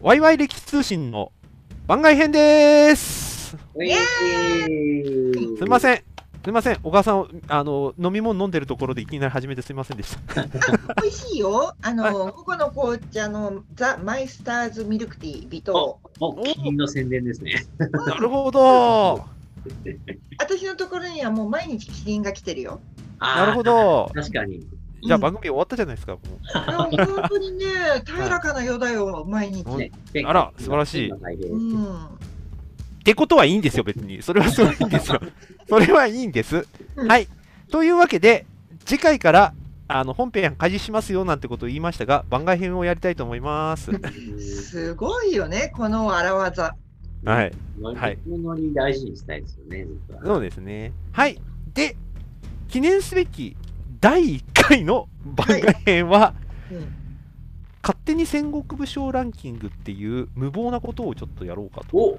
ワイワイ歴史通信の番外編でーすすすみまん。せんすみません小川さんあの飲み物飲んでるところでいきなり始めてすみませんでした美味しいよ。あの、ここの紅茶のザ・マイスターズミルクティー、微糖。お、キリンの宣伝ですね。なるほど私のところにはもう毎日キリンが来て るよ。あなーるほ。ど確かに。じゃあうん番組終わったじゃないですかもういや本当にね、平らかな世だよ、毎日。うんねあら素晴らしい天下太平う洋ん。ってことはいいんですよ別にそれはすごいいんですよそれはいいんですうんはいというわけで次回からあの本編開始しますよなんてことを言いましたが番外編をやりたいと思いますすごいよね、この荒技。はい。乗りはい乗り大事にしたいですよね、ずっとそうですね。はい。で、記念すべき第1回の番外編は、うん勝手に戦国武将ランキングっていう無謀なことをちょっとやろうかと。お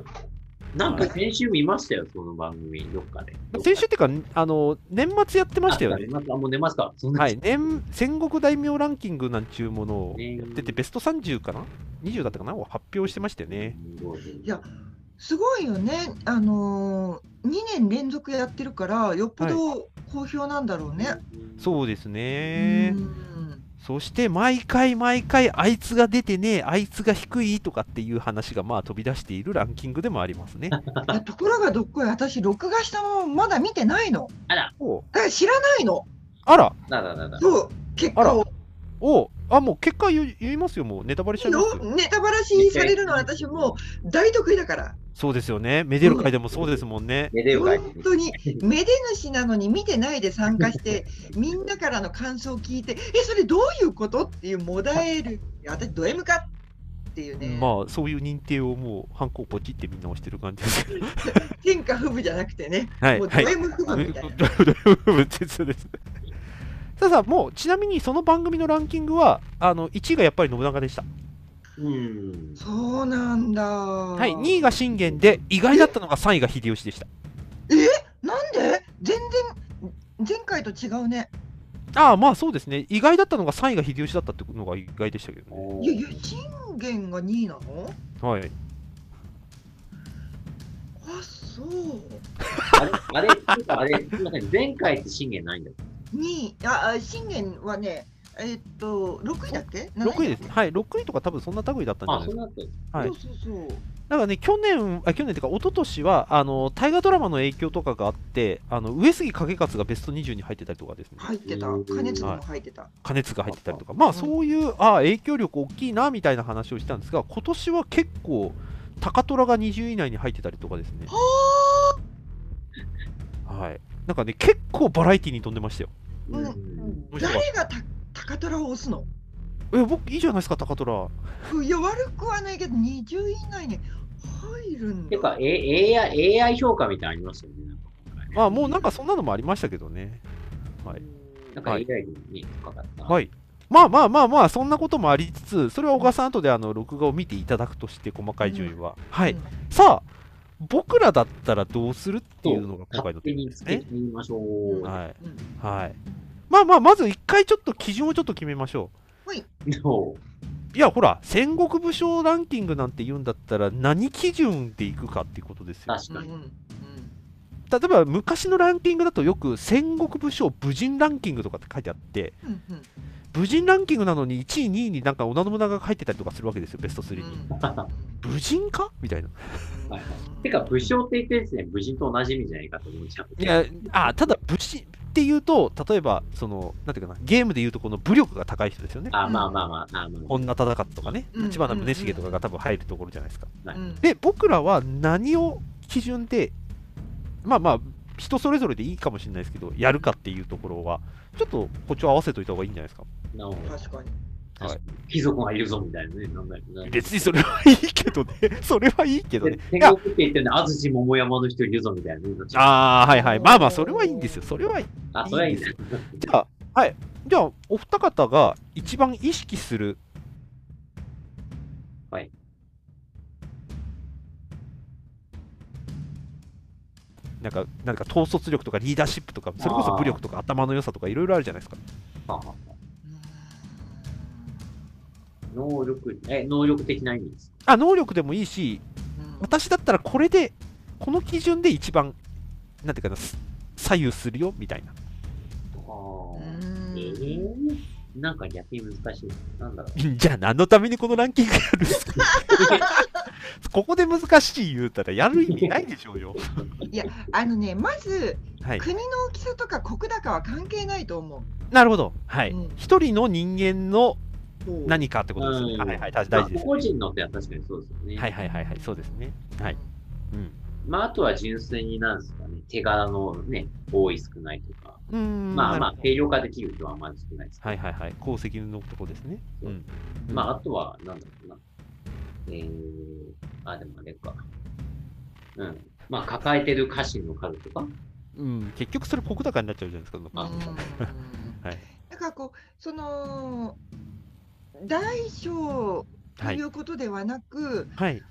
なんか先週見ましたよ、その番組、どっかで。先週っていうか、あの、年末やってましたよね。あ。あもう寝ますか。そんなはい。年、戦国大名ランキングなんちゅうものをやってて、ねベスト30かな ?20 だったかなを発表してましたよね。いや、すごいよね。あのー、2年連続やってるから、よっぽど好評なんだろうね。そうですね。うんそして毎回毎回あいつが出てねえあいつが低いとかっていう話がまあ飛び出しているランキングでもありますね。いやところがどっこい、私、録画したもんまだ見てないの。おだから知らないの。あらだだだだ。そう、結果を。おあもう結果言う言いますよもうネタバレしちゃいますよのネタバラシされるのは私もう大得意だからそうですよねめでる会でもそうですもんね、寝てるかい。本当にめで主なのに見てないで参加して みんなからの感想を聞いてえそれどういうことっていうもだえる私ド M かっていうね、まあそういう認定をもうハンコをポチってみんな押してる感じです けど天下不武じゃなくてね、はいもうはドい M 不武みたいな、そうですさあさあもうちなみにその番組のランキングはあの1位がやっぱり信長でした、うん。そうなんだははい、2位が信玄で意外だったのが3位が秀吉でしたなんで全然前回と違うねああまあそうですね意外だったのが3位が秀吉だったってのが意外でしたけどねおいやいや信玄が2位なのはいあそうあれ、あれ、あれ、すみません、前回って信玄ないんだよ。 2位ああ信玄はねえっと6位だっけ7 6位ですねはい6位とか多分そんな類だったんじゃなあ、いそですかうなった。はいそうそうそう。だからね去年あ去年っていうか一昨年はあの大河ドラマの影響とかがあってあの上杉景勝がベスト20に入ってたりとかですね入ってた。うん加熱も入ってた。加熱が入ってたりとかまあそういうあ影響力大きいなみたいな話をしたんですが今年は結構高虎が20位以内に入ってたりとかですねはいなんかね結構バラエティに飛んでましたようん面白かっ誰がた高虎を押すのたえ僕いいじゃないですか高虎いや、悪くはないけど、20位以内に入るんてだ。か、A、AI, AI 評価みたいなのありましたよね。なんか今回ねまあもうなんかそんなのもありましたけどねはいなんかはい AI に引っかかった。。はいい。まあまあまあまあ、そんなこともありつつ、それは小川さん後であの録画を見ていただくとして、細かい順位は。はい。さあ、僕らだったらどうするっていうのが今回の勝テ手ーマにですつけねて。みましょう。はい。うん。はい。まあまあ、まず一回ちょっと基準をちょっと決めましょ。そういや、ほら、戦国武将ランキングなんて言うんだったら、何基準でいくかっていうことですうよ。確うん。かうんに。うん例えば、昔のランキングだとよく、戦国武将武人ランキングとかって書いてあって、うんうん武人ランキングなのに1位、2位になんか織田信長が入ってたりとかするわけですよ、ベスト3に。武人かみたいな。うんはいはてか、武将って言ってですね、武人と同じ意味じゃないかと思っちゃう。いや、あただ武士っていうと、例えば、その、なんていうかな、ゲームでいうと、この武力が高い人ですよね。あ、まあまあまあ、あまあ、女忠勝とかね、うん立花宗茂とかが多分入るところじゃないですか。うんで、僕らは何を基準で、まあまあ、人それぞれでいいかもしれないですけど、やるかっていうところは、ちょっとこっちを合わせといた方がいいんじゃないですか。なお、確かに。貴族がいるぞみたいなね、なんだよね。別にそれはいいけどね、 それはいいけどね。天国って言ってるの、安土桃山の人いるぞみたいなね。ああ、はいはい。まあまあ、それはいいんですよ。それはいい。あ、それはいいね。じゃあ、はい。じゃあ、お二方が一番意識する。はい。なんか、なんか統率力とかリーダーシップとか、それこそ武力とか頭の良さとかいろいろあるじゃないですか。はあはあうん能力、え、能力的な意味ですか。あ能力でもいいしうん私だったらこれでこの基準で一番なんていうかなす左右するよみたいな あうあ。えんー、なんか逆に難しい。なんだろう。じゃあ何のためにこのランキングやるんですか ここで難しい言うたらやる意味ないでしょうよ。いやあのねまずはい、国の大きさとか国高は関係ないと思なるほど。はいうん。一、人の人間のう。うん何かってことですね。うんはいはい、大大事でまあす。個々人のって確かにそうですよね。はいはいはいはい、そうですね。はい。うん。まあ、あとは純粋になんですかね、手柄のね、多い少ないとか、うーんまあまあなる、ほど軽量化できる人はあんまり少ないですけど、はいはいはい。功績のとこですね。うん。まあ、あとは、なんだろうな。えー、あ、でもあれか。うん。まあ、抱えてる家臣の数とか。うん、結局それ国高になっちゃうじゃないですか。うんあ はいだからこうその大小とはいい。うことではなく、はい。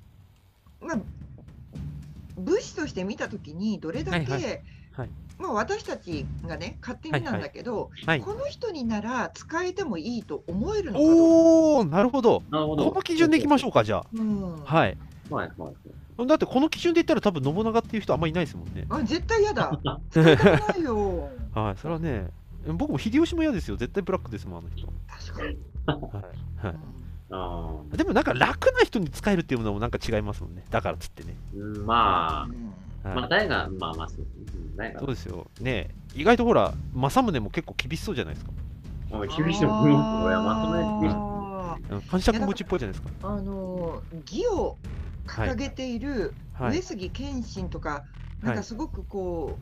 まあ、武士として見たときにどれだけ、はいはいはいまあ、私たちがね勝手になんだけど、はい。この人になら使えてもいいと思えるのかどうか。おー、なるほど。なるほど。この基準でいきましょうか、じゃうんあ。はい。う。はい、はい。だってこの基準で言ったら多分信長っていう人あんまりいないですもんね。あ絶対 嫌だ。使いたくないよ。はい、それはね、僕も秀吉も嫌ですよ、絶対ブラックですもん、あの人。確かに。はいはうあい、でもなんか楽な人に使えるっていうのもなんか違いますもんね、だからっつってね。ーうんまんあ、はいまあ、誰が、まあまあ、そうですね。うん誰がそう、ですよ、ねえ意外とほら、政宗も結構厳しそうじゃないですか。まあ厳しいもん。うんこれはまとめてあうん感触持ちっぽいじゃないですか。あの義を掲げているは上い、杉謙信とか、はなんいか、すごくこ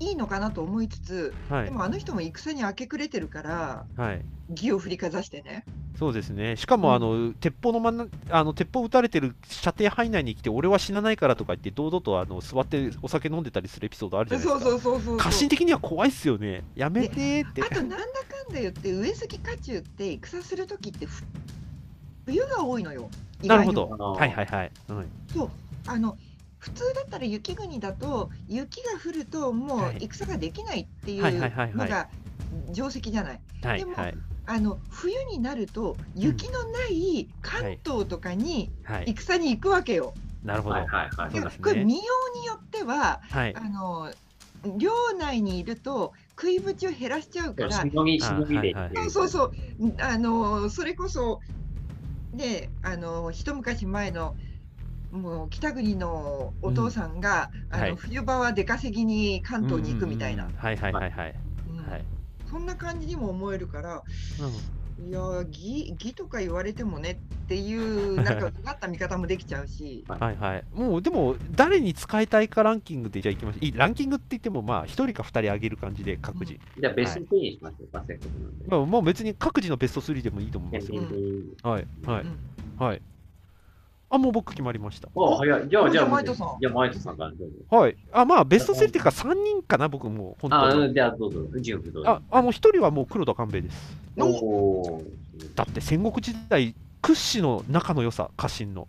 ういいのかなと思いつつ、はでい、もあの人も戦に明け暮れてるからはい、義を振りかざしてね。そうですね、しかも、あの鉄砲の真ん中あの鉄砲撃たれてる射程範囲内に来て、俺は死なないからとか言って、堂々とあの座ってお酒飲んでたりするエピソードあるじゃないですそか。うそうそうそう。過信的には怖いっすよね、やめてーってあ。となんだかんだ言って上杉家中って戦する時ってふ冬が多いのよ。意な外るほにど、あのはいはいはい。うんあの普通だったら雪国だと雪が降るともはうい戦ができないっていうはいはいはいのはいが定石じゃない。はいでもはいあの冬になると雪のない関東とかにはい。戦に行くわけよ。なるほど。はい、はい、はい。そうでだかすねらこれ見ようによってははい。あの領内にいると食いぶちを減らしちゃうから忍び、忍びで。あはいそうそうそう、あのそれこそ、ね、あの一昔前の。もう北国のお父さんが、うんあのはい冬場は出稼ぎに関東に行くみたいな、うんうんうんはいはいはいはい。うんはい。そんな感じにも思えるからいやー義義とか言われてもねっていうなん か尖った見方もできちゃうしうんはいはい。もうでも誰に使いたいかランキングでじゃあいきましょう。いいランキングって言ってもまあ一人か二人上げる感じで各自。じゃあ、ベスト3にしましょうか、せっかくなんで。まあもう別に各自のベスト3でもいいと思いベまスすトよ。 3はいはういんはい。あもう僕決まりました。あ、早い。じゃあ、じゃあ、マイトさんじゃあ、マイトさんからどうぞ。はい。あまあベスト3っていうか三人かな僕もう本あ、当うに。んじゃあ、どうぞ。ジュン、どうぞ。ああもう一人はもう黒田官兵衛です。のおお。だって戦国時代屈指の仲の良さ家臣の。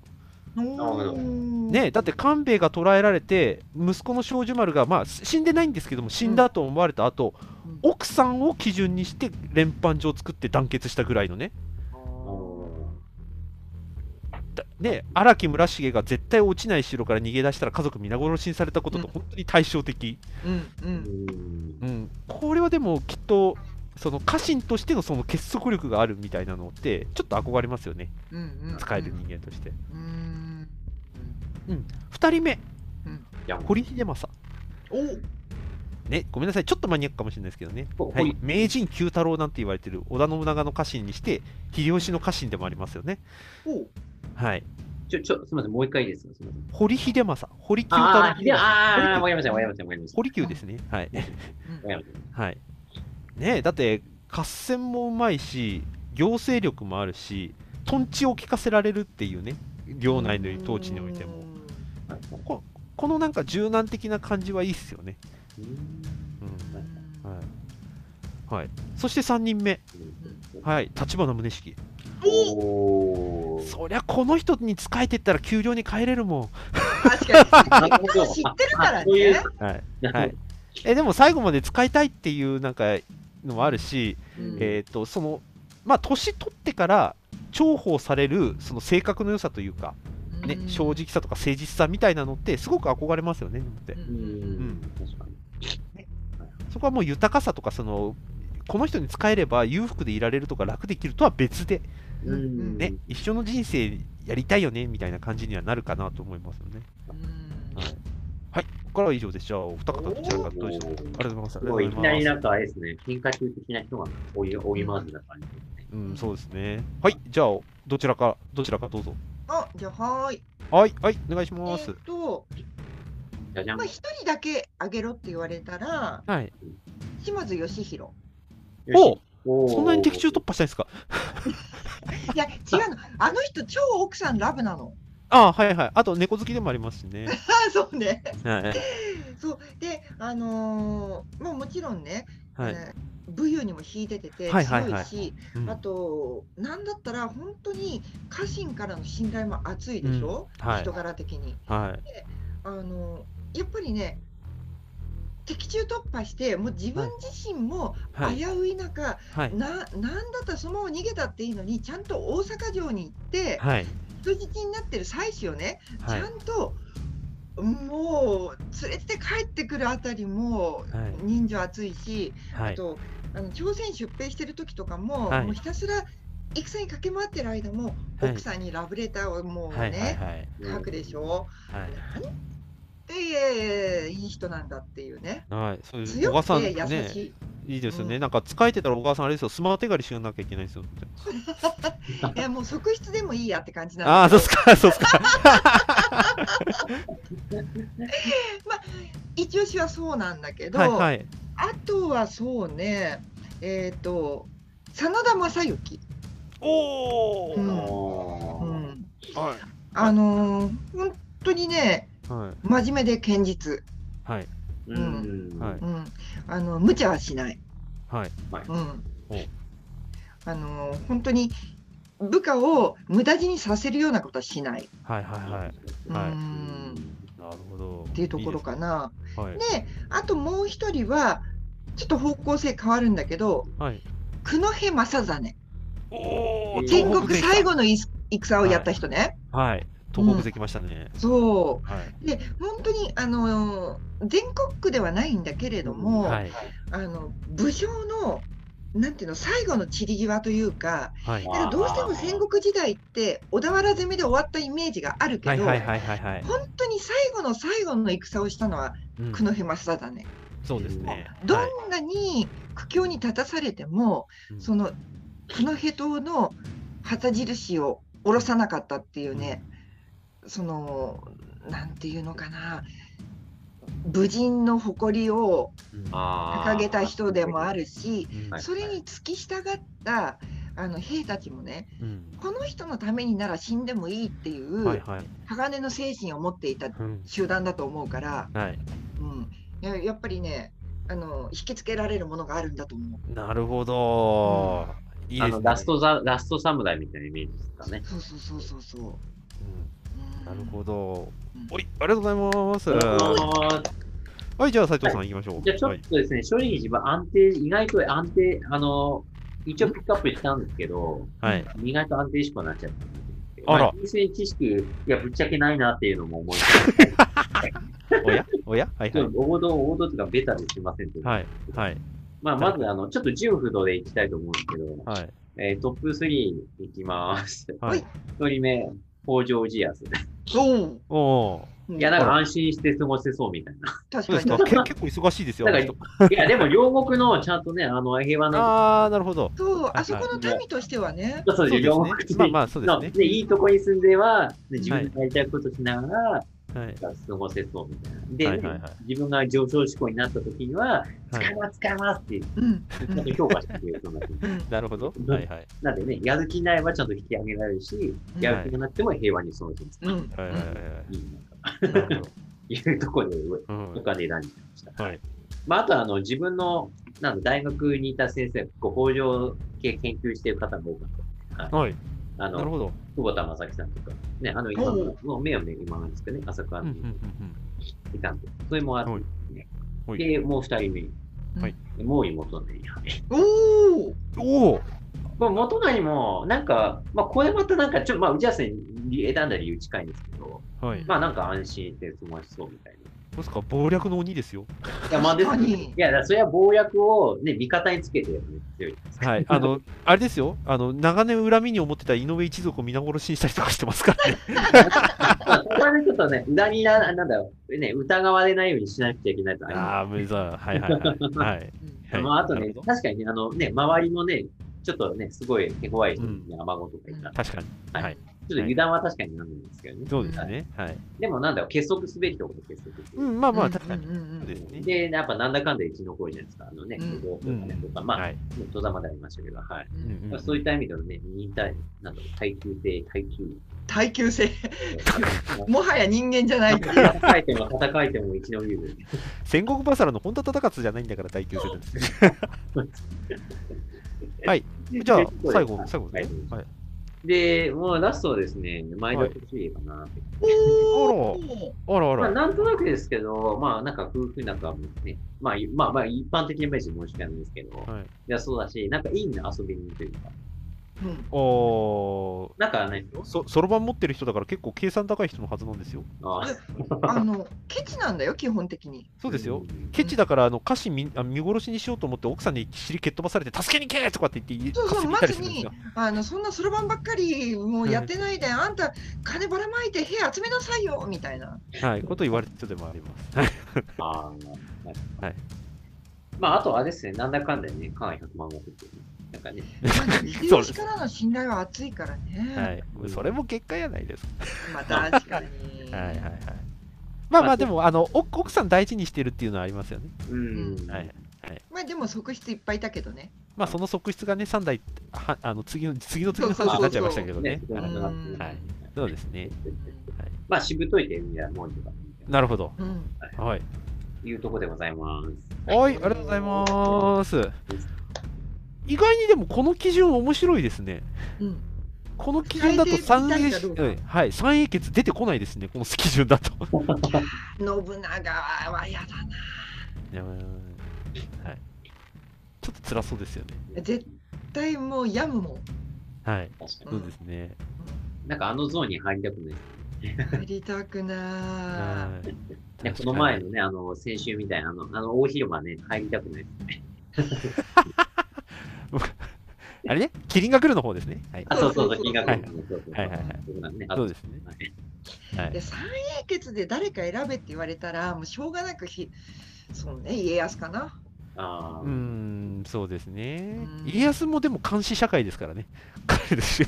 ほどね、だって官兵衛が捕らえられて息子の少女丸が、まあ、す死んでないんですけども死んだと思われた後、うん奥さんを基準にして連判状を作って団結したぐらいのねだね荒木村重が絶対落ちない城から逃げ出したら家族皆殺しにされたこととうん本当に対照的、うんううんんうんこれはでもきっとその家臣としてのその結束力があるみたいなのってちょっと憧れますよねうんうん使える人間として、うん2人目じゃあ、こ堀秀政おね、ごめんなさい、ちょっとマニアックかもしれないですけどね、こはい、名人九太郎なんて言われてる織田信長の家臣にして、秀吉の家臣でもありますよね。おはい、ちょ、ちょ、すみません、もう一回いいですか、すみません。堀秀政、堀九太あ郎ーひであー、わか堀りました、わかりました、わかりました。堀九ですね。はい、わかりましはい、ねだって合戦もうまいし、行政力もあるし、とんちを聞かせられるっていうね、領内の統治においても、たはいはいここのなんか柔軟的な感じはいいっすよね。うんうんうんはいはい、そして3人目、はい、立花宗茂。おーそりゃこの人に仕えてったら給料に帰れるも確かになるほど知ってるからあそういうね。ん、はいなるほえでも最後まで使いたいっていうなんかのもあるし、うんえー、とそのまあ年取ってから重宝されるその性格の良さというか、ねうん正直さとか誠実さみたいなのってすごく憧れますよね日本ってうんうん。確かに。そこはもう豊かさとかそのこの人に使えれば裕福でいられるとか楽できるとは別で、うんうん。ね、一緒の人生やりたいよねみたいな感じにはなるかなと思いますよね。うんはい、はい、ここからは以上です。じゃあ、お二方どちらがどうでしょうおーありがとうございます。ありがすとうごい、いきござないります。なんかあれですね、変化球的な人が追い追い回すな感じですね。うん、そうですね。はい、じゃあ、どちらか、どちらかどうぞ。あじゃあはーい。はい、はい、お願いしえまーすっ。と、じゃじゃんまあ、。一人だけあげろって言われたら、はい。島津義弘。おおそんなに的中突破したいんですかいや、違 うの。あの人、超奥さんラブなの。ああ、はいはい。あと、猫好きでもありますし ね。あそうね。はい。そう。で、あのーまあ、もちろんね、はい。えー武勇にも引いててて、強はいいし、はいはいうんあと、なんだったら、本当に家臣からの信頼も厚いでしょ、うんはい人柄的に。はい。あのやっぱりね敵中突破してもう自分自身もはい。危うい中、はい。ななんだったらそのまま逃げたっていいのにちゃんと大阪城に行ってはい。人質になってる妻子をね、はいちゃんともう連れて帰ってくるあたりもはい人情熱いし、はあい。とあの朝鮮出兵してる時とかも,、はいもうひたすら戦に駆け回ってる間も、はい奥さんにラブレターをもうはい。はい。ね、はい。書くでしょ。はい。なんていえいい人なんだっていうね。はい、そういう小強川さくんて優ね、し い。いいですよね、うんなんか使えてたら小川さん、あれですよ、スマート手狩りしなきゃいけないですよ。いやもう側室でもいいやって感じなんああ、だけそうっすか、そどうっすか。一押しはそうなんだけど、はいはい。あとはそうね、えっ、と真田昌幸、おお、うんうおーん、はい。あのー本当にねはい。真面目で堅実、はい。うはいうん、あの無茶はしない、はい。うんお、あのー本当に部下を無駄死にさせるようなことはしないっはい。はい。はい。うんはいうんなるほど。ていうところかな。ですね。はい。で、あともう一人は、ちょっと方向性変わるんだけど、はい。九戸正実、おお、ー戦国勢最後のい戦をやった人ね。はい。東北できましたね。そはい。う。で、本当に、あのー全国区ではないんだけれども、はい。あの、武将の、なんていうの、最後の散り際というか、はい。だからどうしても戦国時代って、小田原攻めで終わったイメージがあるはけい。ど、はい。はい。はい。はい。本当に最後の最後の戦をしたのはうん九戸正実ね。そうですね。どはいんなに苦境に立たされても、うんその九戸島の旗印を下ろさなかったっていうね、そのなんていうのかな武人の誇りをうんあー掲げた人でもあるしうんはいそれに付き従ったあの兵たちもねうんこの人のためになら死んでもいいっていはいうはい。鋼の精神を持っていたうん集団だと思うから、はい。うん、いややっぱりねあの引きつけられるものがあるんだと思う。なるほど。いいあですのね。ラストザラストサムライみたいなイメージですかね。そうそうそうそうそう。うんうんなるほどうん。おい、ありがとうございます。あはのい、じゃあ斉藤さん行きましょう。じゃあちょはっいとですね、正直自分安定、意外と安定、あの、一応ピックアップしたんですけど、はい。意外と安定しくなっちゃったんですけど。あらま人生知識、いや、ぶっちゃけないなっていうのも思いまおやおやはいちはょいっ。と王道、王道というかベタですいませんけど、はい。はい。まあ、まず、あの、ちょっと純不動でいきたいと思うんですけど、はい。えートップ3いきます。 ははいい。一人目、北条ジアス。いそうおおや、なんか安心して過ごせそうみたい な。ー。確そうかですにか。け結構忙しいですよ。あだのから人いや、でも両国のちゃんとね、あの、平和な、あー、なるほど。そう、いあそこの民としてはね、そうそうそうです両ね国。まあまあ、そうですのね。でいいとこに住んでは、ね自分のやりたいことしながら、はい。過ごせそうみたいな。で、はいはいはい自分が上昇志向になった時には、は使いい。ます、使いますって、ちうん、ゃんと評価してくれるようになってる。なるほど。うんはいはい。 なんでね、やる気になればちゃんと引き上げられるし、うんやる気になっても平和に過ごせる。うん、うんはいはいはいいいなはい。なるほというところで、ど。うお ん。金選んでました。はい。まあ、あとあの、自分の、なんだ大学にいた先生、こう北条系研究してる方が多かった。はい。あなるの、ほど。久保田正樹さんとか、ね、あの、今おの、もう目をね、今なんですけどね、浅う川んうんにうんいたんで、それもあってねはい。はいで、もう二人目。はいもう妹のね、おお、うん。おお。これ元がにも、なんか、まあ、これまたなんか、ちょっと、まあ、打ち合わせに選んだ理由近いんですけど、はい。まあ、なんか安心して過ごしそうみたいな。ですから、謀略の鬼ですよ。いや、まあ、です確かにいや、だからそれは暴略をね、味方につけてやるのが強い。はい。あの、あれですよ。あの、長年恨みに思ってた井上一族を皆殺しにしたりとかしてますからね。まあ、これはね、ちょっとね、裏にな、なんだろう、ね、疑われないようにしなくちゃいけない とありますああ、無理だ。はいはいはい。はい。うんはいまあ、あとなるねほど、確かにね、あのね、周りもね、ちょっとね、すごい手強い人に、ね、雨子とかいたら、ち確かに。はい。ょっと油断は確かになんないんですけどね。そうですね。はい。でもなんだろう、結束すべきところで結束する。うん、まあまうあ、ん確かに。うんうんうんそうですね。で、やっぱなんだかんだ生き残るじゃないですか。あのね、うん行動とかね、とか、まあ、はい。戸様でありましたけど、はい。ううんんうんそういった意味でのね、忍耐、なんだろう、耐久性、耐久耐久性、もはや人間じゃないから。戦えても戦えても生き延びる。戦国バサラの本田忠勝じゃないんだから、耐久戦です。 じゃあ、最後、最後はでいすね。はい。で、もうラストはですね、前田利家かなって。 おあらあまあ、ら。なんとなくですけど、まあ、なんか夫婦仲もね、まあ、いまあ、まあ、一般的なイメージ申し訳ないんですけど、はい。いや、そうだし、なんかいいね、遊びにというか、うんおー。なんかね、そそろばん持ってる人だから結構計算高い人のはずなんですよ。ああのケチなんだよ基本的に。そうですよ。。ケチだからあの家臣みあ見殺しにしようと思って奥さんに尻蹴っ飛ばされて助けに行けとかって言ってそうそう家臣に行ったりするんですよあのそんなそろばんばっかりもうやってないで、あんた金ばらまいて部屋集めなさいよみた いな。はい、こと言われてでもあります。はいああ、ははいい。まあ、あとはですね、なんだかんだね、かなり100万億っていうね、なんかね、秀吉からの信頼は厚いからね。はい、それも結果やないですまた確かに。か。はいはいはい。まあまあでもあの奥奥さん大事にしてるっていうのはありますよね。うん。うんはい。まあでも側室いっぱいいたけどね。まあその側室がね三代はあの次の次の次の三代になっちゃいましたけどね。そうはそういそううんはいそうですね。まあ、しぶといてみたいなもんとか、なるほど。うん。はい。いうとこでございます。はい、ありがとうございます。意外にでもこの基準面白いですね。うん。この基準だと三最低英ぴったりかどうかうんはい三英傑出てこないですね。この基準だ と。信長はやだな。いやはい。ちょっと辛そうですよね。絶対もう病むもん。はい。確かにうそんうですね。なんかあのゾーンに入りたくない。入りたくな。はいね、この前のね、あの、先週みたいな、あの、あの大広間ね、入りたくない。あれね、キリンが来るの方ですね。はい。あ、そうそうそう、金額。はいそうそうはいはいはいそうなんねそうですね。はいいで。三英傑で誰か選べって言われたらもうしょうがなくひ、そうね家康かな。あうあーん、そうですねう。ん家康もでも監視社会です からね。彼ですよ。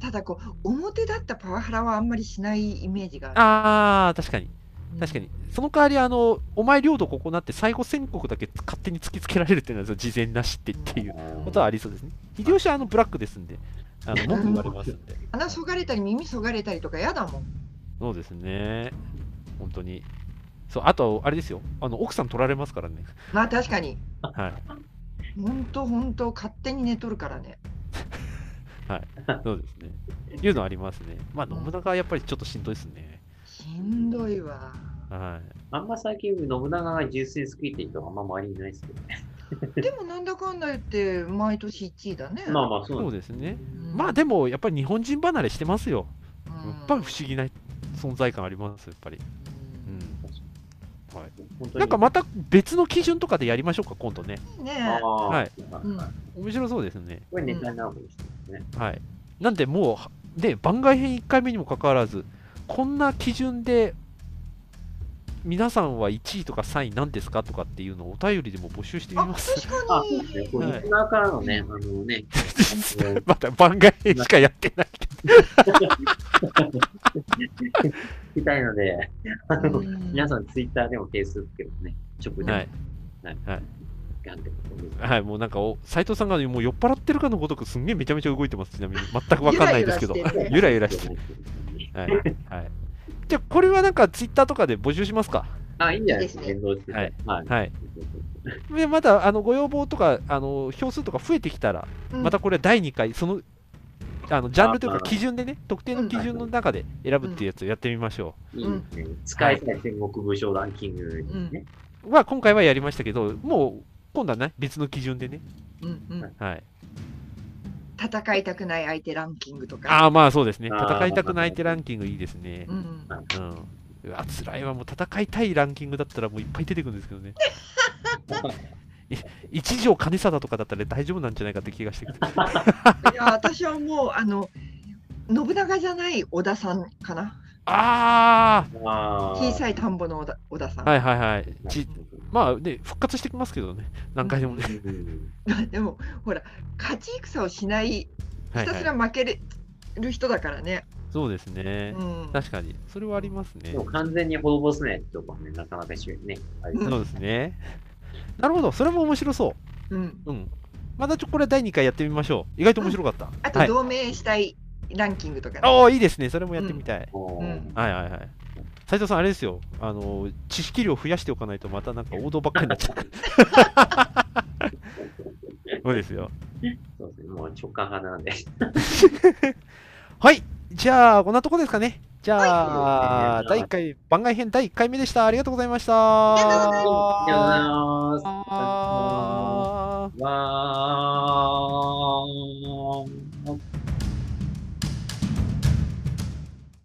ただこう表だったパワハラはあんまりしないイメージがある。ああ、確かに。うん確かに。その代わり、あの、お前領土ここなって最後宣告だけ勝手に突きつけられるっていうのは、事前なしってっていうことはありそうですね。秀吉はあのブラックですんで、あの文句言われます んで。鼻そがれたり耳そがれたりとかやだもん。そうですね。本当に。そう、あと、あれですよ。あの、奥さん取られますからね。 まあ確かに。はい。本当本当勝手に寝とるからね。そうですね。いうのありますね。まあ、信長はやっぱりちょっとしんどいですね。しんどいわ。はあんま最近、信長が純粋に好きって人はあんま周りにいないですけどね。でもなんだかんだ言って毎年1位だね。まあまあ、い。そうなそんうでですね。うんまあ、でも、やっぱり日本人離れしてますよ。うんやっぱり不思議な存在感あります、やっぱり。うん。す。本当になんかまた別の基準とかでやりましょうか、今度ね。いいね。ああ、ははいい。うん面白そうですね。これネタになるかもしれないですね。はい。なんで、もう、で、番外編1回目にもかかわらず、こんな基準で、皆さんは1位とか3位なんですかとかっていうのをお便りでも募集してみあます。確あか、そうでにすね。こはれいリスナーからのね、あのね、 まだ番外編しかやってない。聞きたいので、あの、うん皆さんツイッターでも定数つけどね、食事はい。ガンってことですね。はい、もうなんかお、斎藤さんがもう酔っ払ってるかのごとく、すんげえめちゃめちゃ動いてます、ちなみに。全くわかんないですけど。ゆらゆらしてるねゆらゆらしてる。はい。はい。じゃあ、これはなんか、ツイッターとかで募集しますか。あ、いいんじゃないですか。いいで連動してて。はい。はい。はい。でまだあのご要望とかあの票数とか増えてきたら、うんまたこれは第2回そのあのジャンルというあかまあ基準でね特定の基準の中で選ぶっていうやつをやってみましょいいですね。使いたい戦国武将ランキングですね。う、まあ今回はやりましたけどもう今度はね別の基準でねうんうん、はい、戦いたくない相手ランキングとか。ああ、まあそうですね。あー戦いたくない相手ランキングいいですねう。ん、うん。うわ、辛いわ。もう戦いたいランキングだったらもういっぱい出てくるんですけどね。 い一条兼貞とかだったら大丈夫なんじゃないかって気がしてきて。いや私はもうあの信長じゃない織田さんかなああ小い。さい田んぼの織田織田さん、あはいはいはい。ちままあね、復活してきますけどね。何回でもね。 でもほら勝ち戦をしないはひいたはすらい。負ける,、人だからね、そうですね。うん、確かに。それはありますねで。も完全に滅ぼすねってとこはね、なかなか一緒にね。あれですそうですね。なるほど。それも面白そうん、う。うん。またちょ、これ第2回やってみましょう。意外と面白かった。あはとい、同盟したいランキングとかね、おお、いいですね。それもやってみたい。もううんはいはいはい。斉藤さん、あれですよ。あの、知識量増やしておかないと、またなんか王道ばっかりになっちゃう。そうですよ。そうですね。もう直感派なんで。はい。じゃあ、こんなとこですかね。じゃあ、はい第1回、番外編第1回目でした。ありがとうございました。 りがとうござあいまりがとうございます。あーわー。